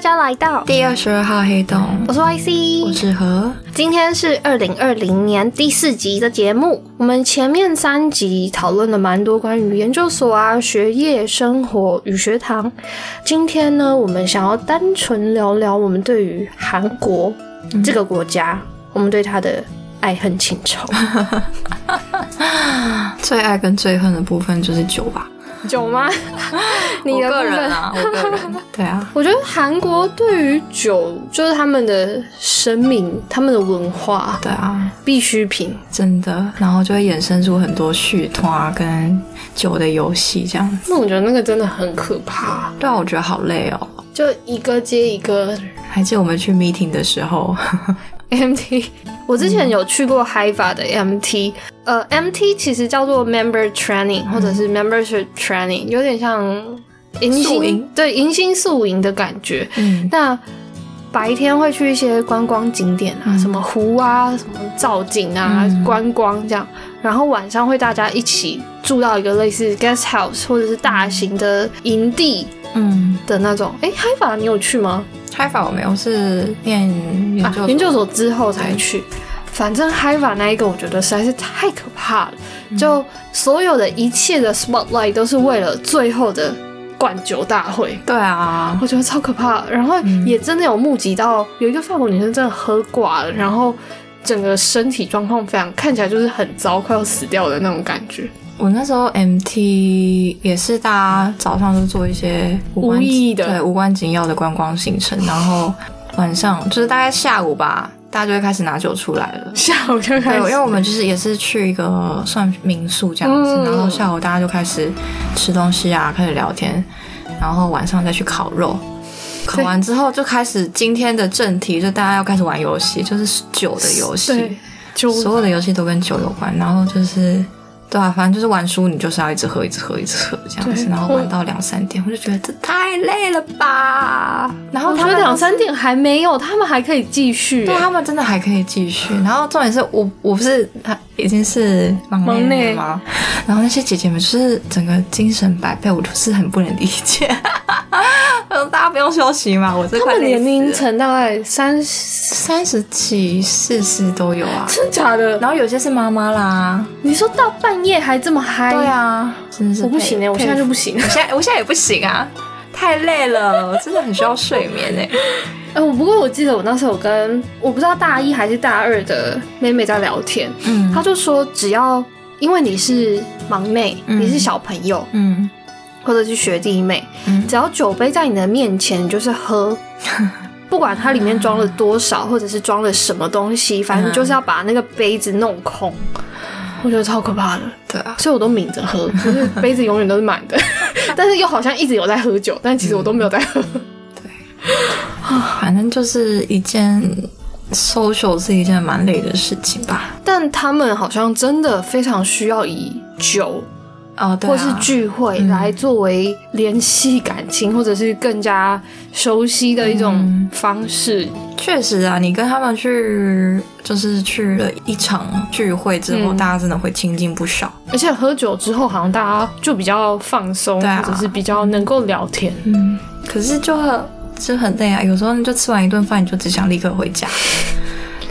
家来到第二十二号黑洞，我是 YC，我是何。今天是二零二零年第四集的节目。我们前面三集讨论了蛮多关于研究所啊、学业、生活与学堂。今天呢，我们想要单纯聊聊我们对于韩国嗯这个国家，我们对它的爱恨情 仇。最爱跟最恨的部分就是酒吧。有 吗？你的我个部分人啊，我个人。 对啊，我觉得韩国对于酒，就是他们的生命、他们的文化对啊，必需品。真的。然后就会衍生出很多续团啊，跟酒的游戏这样子。那我觉得那个真的很可怕，对啊，我觉得好累哦。就一个接一个还记得我们去 meeting 的时候， MT。我之前有去过 HiFa 的 MT，呃，MT 其实叫做 Member Training 或者是 Membership Training，有点像迎宿新营对迎新宿营的感觉。 嗯，那白天会去一些观光景点啊，什么湖啊，什么造景啊，嗯观光这样。然后晚上会大家一起住到一个类似 guest house 或者是大型的营地嗯，的那种。哎，海法你有去吗？开法我没有，是念研啊究所、，研究所之后才去。反正海法那一个，我觉得实在是太可怕了。嗯就所有的一切的 spotlight 都是为了最后的灌酒大会。对啊，我觉得超可怕。然后嗯也真的有目击到有一个法国女生真的喝挂了，然后整个身体状况非常看起来就是很糟，快要死掉的那种感觉，我那时候 MT 也是大家早上都做一些无关无意义的对无关紧要的观光行程，然后晚上就是大概下午吧，大家就会开始拿酒出来了。下午就对，开因为始。我们就是也是去一个算民宿这样子，嗯然后下午大家就开始吃东西啊，开始聊天，然后晚上再去烤肉。烤完之后就开始今天的正题，就大家要开始玩游戏，就是酒的游戏对，，就所有的游戏都跟酒有关。然后就是，对啊，反正就是玩输，你就是要一直喝，一直喝，一直喝这样子，对然后玩到两三点，我就觉得这太累了吧。然后我他觉们得两三点还没有，他们还可以继续、对啊欸他们真的还可以继续。然后重点是我我不是他已经是忙忙内内了吗？然后那些姐姐们就是整个精神百倍，我就是很不能理解。 我说大家不用休息嘛，我这他快们累年龄死了层大概三十，三十几、四十都有啊。真假的？然后有些是妈妈啦，你说到半夜还这么嗨？对，啊，真的是我不行哎、哎、我现在就不行。我现在我现在也不行啊，太累了，我真的很需要睡眠哎、 哎、我不过我记得我那时候有跟我不知道大一还是大二的妹妹在聊天，嗯他就说只要因为你是忙妹，嗯你是小朋友嗯或者是学弟妹，嗯只要酒杯在你的面前，你就是 喝。不管它里面装了多少，或者是装了什么东西，反正你就是要把那个杯子弄空。我觉得超可怕的，对啊，所以我都抿着喝，就是杯子永远都是满 的，但是又好像一直有在喝酒，但其实我都没有在喝。嗯反正就是一件 social 是一件蛮累的事情吧。但他们好像真的非常需要以酒哦，对、啊，或是聚会来作为联系感情，或者是更加熟悉的一嗯种方式。确实啊，你跟他们去就是去了一场聚会之后，嗯大家真的会亲近不少。而且喝酒之后，好像大家就比较放松，对啊或者是比较能够聊天。嗯，可是就很就很累啊，有时候你就吃完一顿饭，你就只想立刻回 家。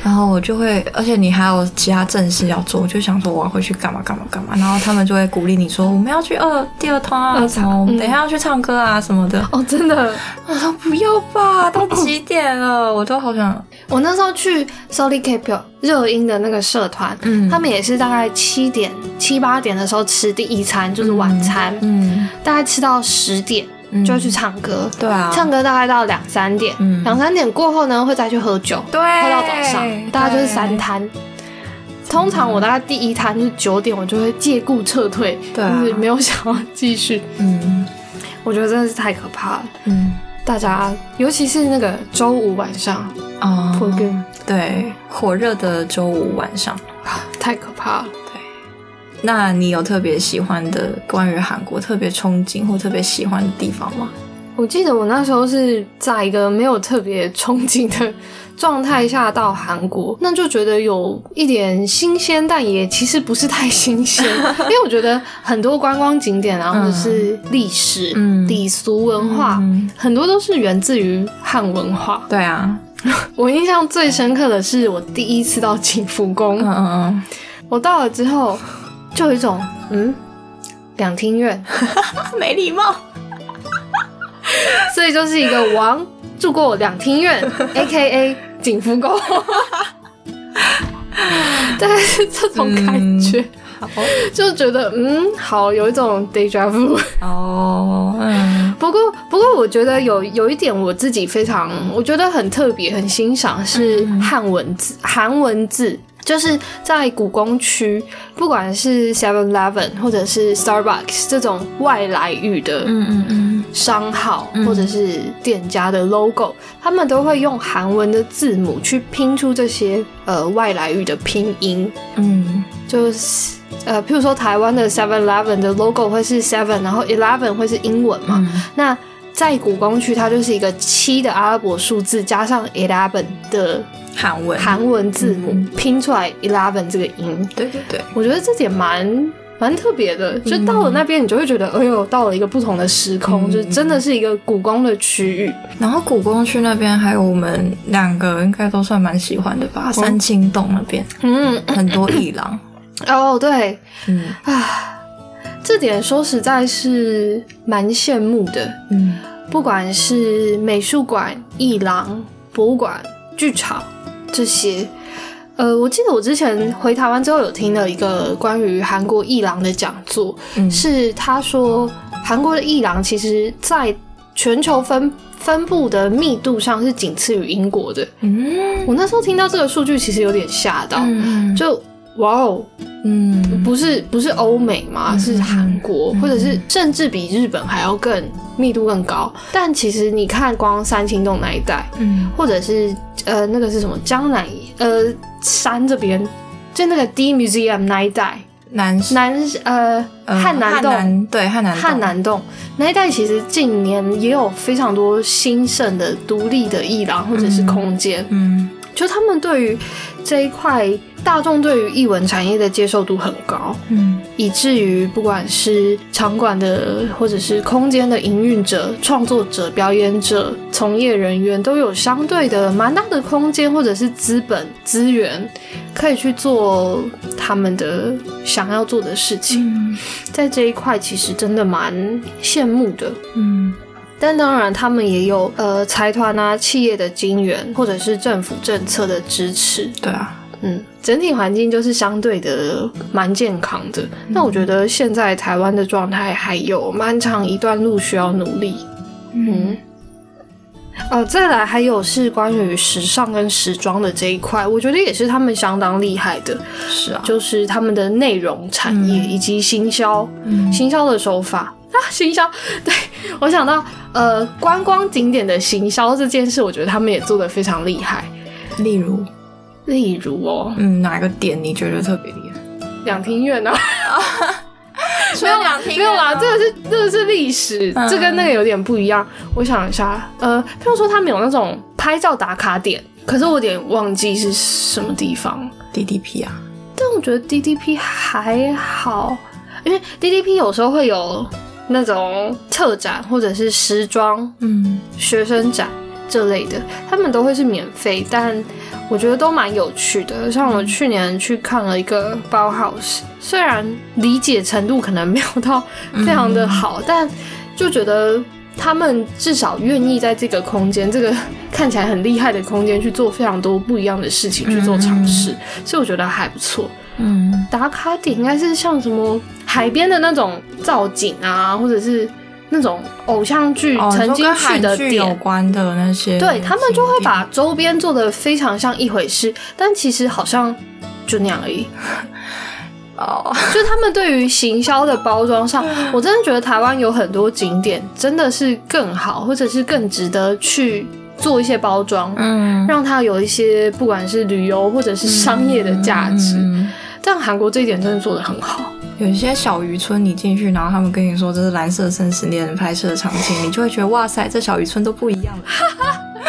然后我就会，而且你还有其他正事要做，我就想说我要回去干嘛干嘛干嘛。然后他们就会鼓励你说我们要去二第二通啊二什么，我们嗯等一下要去唱歌啊什么的。哦，真的，我说不要吧， 都几点了，我都好想我那时候去 Solid K P 热音的那个社团，嗯他们也是大概七点、七八点的时候吃第一餐，就是晚餐，嗯，大概吃到十点嗯就会去唱歌。对啊，唱歌大概到两三点，嗯两、三点过后呢，会再去喝酒，对喝到早上，大概就是三摊。通常我大概第一摊就是九点，我就会借故撤退，对啊就是没有想要继 续。嗯我觉得真的是太可怕了，嗯大家尤其是那个周五晚上，啊破冰对，火热的周五晚上。啊太可怕了。那你有特别喜欢的关于韩国特别憧憬或特别喜欢的地方吗？我我记得我那时候是在一个没有特别憧憬的状态下到韩国，那就觉得有一点新鲜，但也其实不是太新 鲜，因为我觉得很多观光景点啊，或者是历史、嗯礼俗文化，嗯很多都是源自于汉文化。对啊，我印象最深刻的是我第一次到景福宫，嗯嗯我到了之后就有一种嗯两厅院，嗯，没礼貌。所以就是一个王住过两厅院，A K A 景福宫，大概是这种感觉，好就觉得嗯好有一种 deja vu。哦，嗯不过不过我觉得有有一点我自己非常我觉得很特别很欣赏是汉文字韩文字。就是在古宫区，不管是 Seven Eleven 或者是 Starbucks 这种外来语的嗯嗯嗯，商号嗯或者是店家的 logo，、他们都会用韩文的字母去拼出这些呃外来语的拼音，嗯就是呃，譬如说台湾的 Seven Eleven 的 logo 会是 Seven，然后 Eleven 会是英文嘛？嗯那在古宫区，它就是一个七的阿拉伯数字加上 Eleven 的韩文，韩文字母、嗯拼出来 Eleven 这个音，对对对，我觉得这点蛮蛮特别的，就到了那边，你就会觉得，哎呦，到了一个不同的时空，嗯就真的是一个古宫的区域。然后古宫区那边还有我们两个应该都算蛮喜欢的吧，三清洞那边嗯，很多艺廊，哦，对，嗯这点说实在是蛮羡慕的，嗯不管是美术馆、艺廊、博物馆、剧场这些。呃，我记得我之前回台湾之后有听了一个关于韩国艺廊的讲座，嗯，是他说韩国的艺廊其实在全球分分布的密度上是仅次于英国的。嗯我那时候听到这个数据，其实有点吓到，嗯就。哇哦，嗯不是不是欧美嘛，嗯是韩国，或者是甚至比日本还要更密度更高。但其实你看，光三清洞那一带，嗯或者是呃那个是什么江南呃山这边，就那个 D Museum 那一带，南南呃呃汉南洞南对汉南洞汉南洞那一带其实近年也有非常多兴盛的独立的艺廊或者是空间，嗯就他们对于这一块大众对于艺文产业的接受度很高，嗯以至于不管是场馆的或者是空间的营运者、创作者、表演者、从业人员都有相对的蛮大的空间或者是资本资源，可以去做他们的想要做的事情。嗯在这一块其实真的蛮羡慕的。嗯但当然，他们也有呃财团啊、企业的金援，或者是政府政策的支持。对啊嗯，整体环境就是相对的蛮健康的。那我觉得现在台湾的状态还有蛮长一段路需要努力。嗯，哦，再来还有是关于时尚跟时装的这一块，我觉得也是他们相当厉害的，是啊就是他们的内容产业嗯以及行销。嗯行销的手法啊，行销， 对我想到呃，观光景点的行销这件事，我觉得他们也做得非常厉害。例如例如哦，嗯哪个点你觉得特别厉害？两厅院 啊，没有两厅没有啦，这个是这个是历史，嗯这跟那个有点不一样。我想一下，呃，譬如说他们有那种拍照打卡点，可是我有点忘记是什么地方。 DDP 啊但我觉得 DDP 还好，因为 DDP 有时候会有那种特展或者是时装嗯学生展这类的，他们都会是免费，但我觉得都蛮有趣的。像我去年去看了一个包 house，虽然理解程度可能没有到非常的好，但就觉得他们至少愿意在这个空间，这个看起来很厉害的空间去做非常多不一样的事情，去做尝试，所以我觉得还不错。嗯打卡点应该是像什么海边的那种造景啊，或者是那种偶像剧哦曾经跟去韩的剧点。有关的那些景点，对他们就会把周边做的非常像一回事，但其实好像就那样而 已。哦，就他们对于行销的包装 上，我真的觉得台湾有很多景点真的是更好，或者是更值得去做一些包装，嗯，让它有一些不管是旅游或者是商业的价值。嗯 但韩国这一点真的做得很好。嗯有一些小渔村，你进去，然后他们跟你说这是蓝色生死恋拍摄的场景，你就会觉得哇塞，这小渔村都不一样了。嗯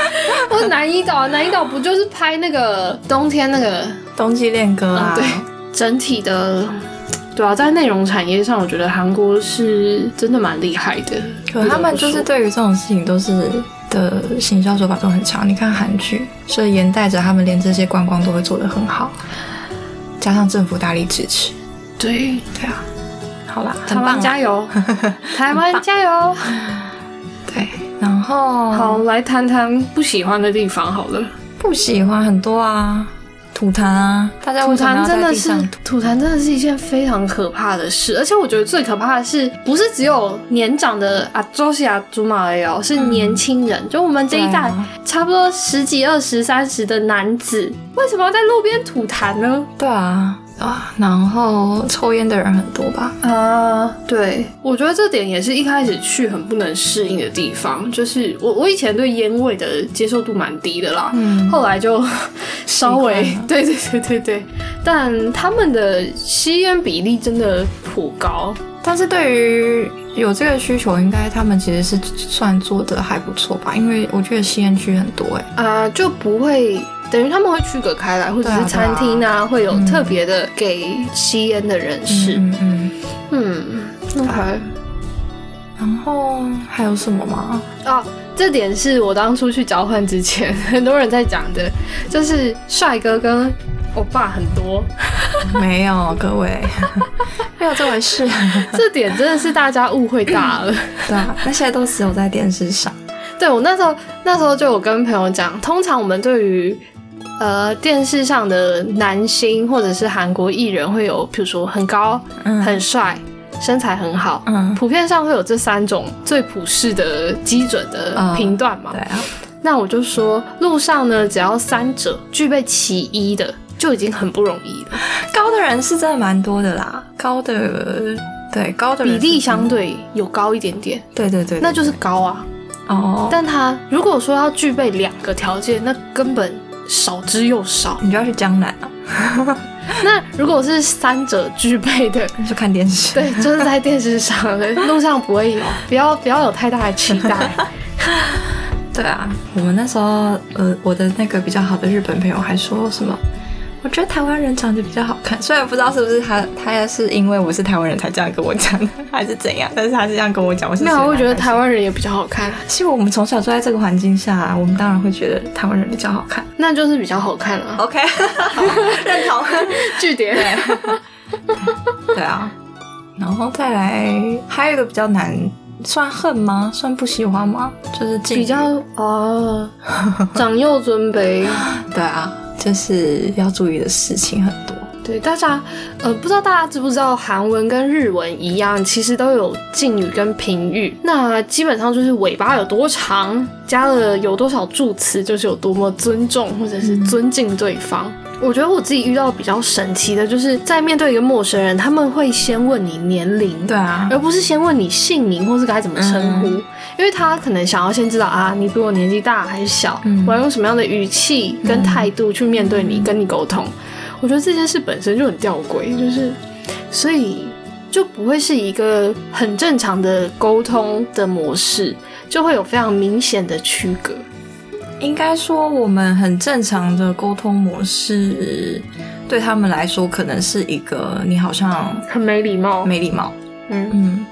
我是南怡岛啊，南怡岛不就是拍那个冬天那个冬季恋歌啊，嗯对整体的？对啊，在内容产业上，我觉得韩国是真的蛮厉害的。可他们就是对于这种事情都是的行销手法都很强。你看韩剧，所以连带着他们连这些观光都会做得很好，加上政府大力支持，对对啊，好啦，台很湾棒啊，加 油，台湾加油！对。然后好，来谈谈不喜欢的地方好了。不喜欢很多啊，吐痰啊，大家吐为什么痰要真在的地是上吐痰真的是一件非常可怕的事，而且我觉得最可怕的是，不是只有年长的阿周西阿祖玛而已哦，是年轻人，就我们这一嗯对代啊，差不多十几、二十、三十的男子，为什么要在路边吐痰呢？对啊啊，然后抽烟的人很多吧？啊，对，我觉得这点也是一开始去很不能适应的地方，就是我我以前对烟味的接受度蛮低的啦，嗯后来就 稍微习惯了对对对对对，但他们的吸烟比例真的颇高，但是对于有这个需求，应该他们其实是算做的还不错吧？因为我觉得吸烟区很多哎、啊、就不会等于他们会区隔开来，或者对啊是餐厅对啊，会有特别的给吸烟的人士。嗯嗯。嗯，OK，然后还有什么吗？啊，这点是我当初去交换之前， 很多人在讲的，就是帅哥跟欧巴很多， 没有，各位， 没有这回事。这点真的是大家误会大了。 对啊，那些都只有在电视上。对我那时候那时候就有跟朋友讲，通常我们对于呃电视上的男星或者是韩国艺人会有，比如说很高、嗯很帅、身材很好，嗯，普遍上会有这三种最普世的基准的嗯评断嘛。对啊，那我就说，路上呢只要三者具备其一的，就已经很不容易了，高的人是真的蛮多的啦，高的对高的人比是例相对有高一点点，对对嗯对，那就是高啊。哦，但他如果说要具备两个条件，那根本少之又少。 你就要去江南啊，那如果是三者具备 的，你就看电视。对，就是在电视上的路上不会有，不要不要有太大的期 待。啊对啊，我们那时候，呃，我的那个比较好的日本朋友还说什么，我觉得台湾人长得比较好看，虽然不知道是不是他，他是因为我是台湾人才这样跟我讲的，还是怎样，但是他是这样跟我讲，我是没有，啊我觉得他，台湾人也比较好看，是我们从小就在这个环境下、我们当然会觉得台湾人比较好看。那就是比较好看了、啊。 OK，好认 同。据点 对啊，然后再来还有一个比较难，算恨吗？算不喜欢吗？就是禁欲比较哦，长幼尊卑。对啊，就是要注意的事情很多。对，大家呃，不知道大家知不知道，韩文跟日文一样，其实都有敬语跟平语。那基本上就是尾巴有多长，加了有多少助词，就是有多么尊重或者是尊敬对方。我觉得我自己遇到比较神奇的，就是在面对一个陌生人，他们会先问你年龄，对啊，而不是先问你姓名或是该怎么称呼，嗯因为他可能想要先知道啊，你比我年纪大还是小，嗯我要用什么样的语气跟态度去面对你，跟你沟通。我觉得这件事本身就很吊诡，就是所以就不会是一个很正常的沟通的模式，就会有非常明显的区隔。应该说我们很正常的沟通模式，对他们来说可能是一个你好像很没礼貌，没礼貌。嗯，嗯，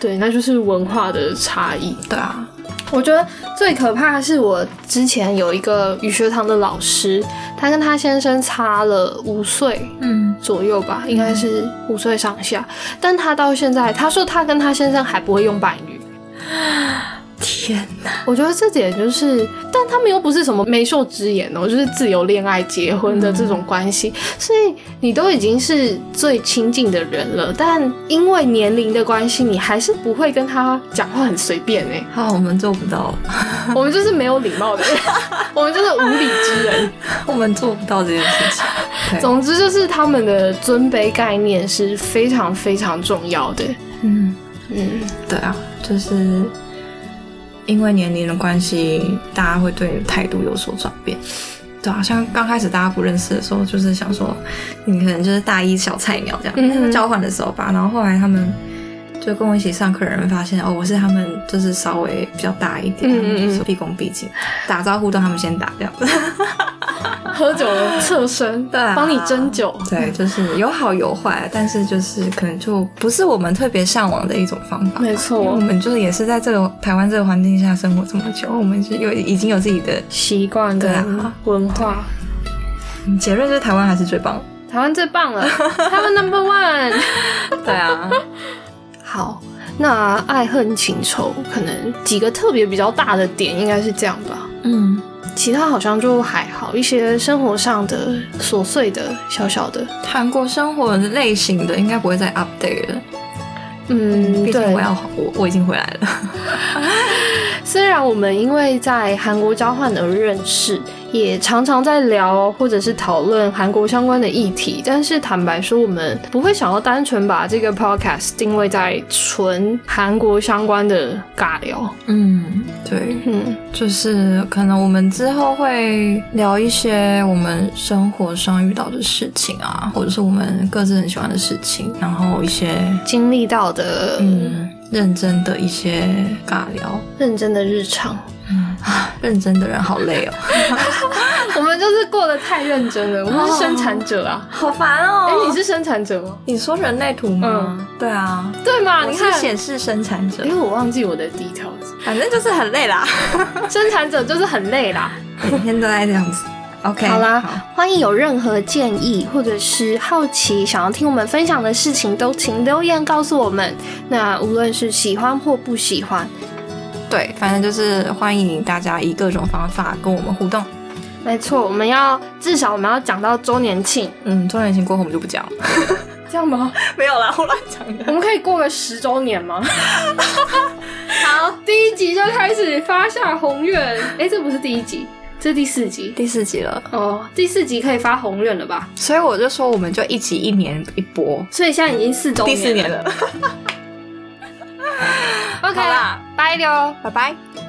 对，那就是文化的差异。对啊，我觉得最可怕的是，我之前有一个语学堂的老师，他跟他先生差了五岁嗯，左右吧，应该是五岁上下。但他到现在，他说他跟他先生还不会用板语。天哪，我觉得这点就是，但他们又不是什么媒妁之言哦，就是自由恋爱、结婚的这种关系，所以你都已经是最亲近的人了，但因为年龄的关系，你还是不会跟他讲话很随便哎、好，我们做不到， 我们就是没有礼貌的人，我们就是无礼之人。我们做不到这件事 情。对总之就是他们的尊卑概念是非常非常重要的。嗯。嗯，对啊，就是因为年龄的关系，大家会对你的态度有所转变。对啊，像刚开始大家不认识的时候，就是想说你可能就是大一小菜鸟这样，嗯交换的时候吧。然后后来他们就跟我一起上课的人发现，哦，我是他们就是稍微比较大一嗯点，他们就嗯是毕恭毕敬，打招呼都他们先打这样子。喝酒的侧身，对啊帮你斟酒。对， 就是有好有坏，但是就是可能就不是我们特别向往的一种方法。没因为我错，们就是也是在这个台湾这个环境下生活这么久，我们就有已经有自己的习惯对跟啊文化，嗯结论，就是台湾还是最棒的。台湾最棒了，他们 number one。 对啊，好，那爱恨情仇可能几个特别比较大的点应该是这样吧，嗯，其他好像就还好，一些生活上的琐碎的小小的，韩国生活的类型的应该不会再 update 了，嗯，毕竟对我。要我我已经回来了。虽然我们因为在韩国交换而认识，也常常在聊或者是讨论韩国相关的议题，但是坦白说，我们不会想要单纯把这个 podcast 定位在纯韩国相关的尬聊。嗯，对，嗯，就是可能我们之后会聊一些我们生活上遇到的事情啊，或者是我们各自很喜欢的事情，然后一些经历到的嗯认真的一些尬聊。认真的日常，认真的人好累哦，我们就是过得太认真了，我们是生产者啊。好烦哦哎、你你是是生产者吗？你说人类图吗？对啊，对嘛？我你是看，显示生产者因为，我忘记我的第一条了。反正就是很累 啦。生产者就是很累啦。每天都在这样子。OK，好啦好，欢迎有任何建议或者是好奇想要听我们分享的事情，都请留言告诉我们。那无论是喜欢或不喜欢，对，反正就是欢迎大家以各种方法跟我们互动。没错，我们要至少我们要讲到周年庆，嗯，周年庆过后我们就不讲了，这样吗？ 没有啦，我乱讲我的。们可以过个十周年吗？好，第一集就开始发下宏愿。哎、这不是第一集，这是第四集。第四集了，哦，第四集可以发宏愿了吧？所以我就说我们就一集一年一波，所以现在已经四周第年，四年了， OK 好啦，拜了。拜拜。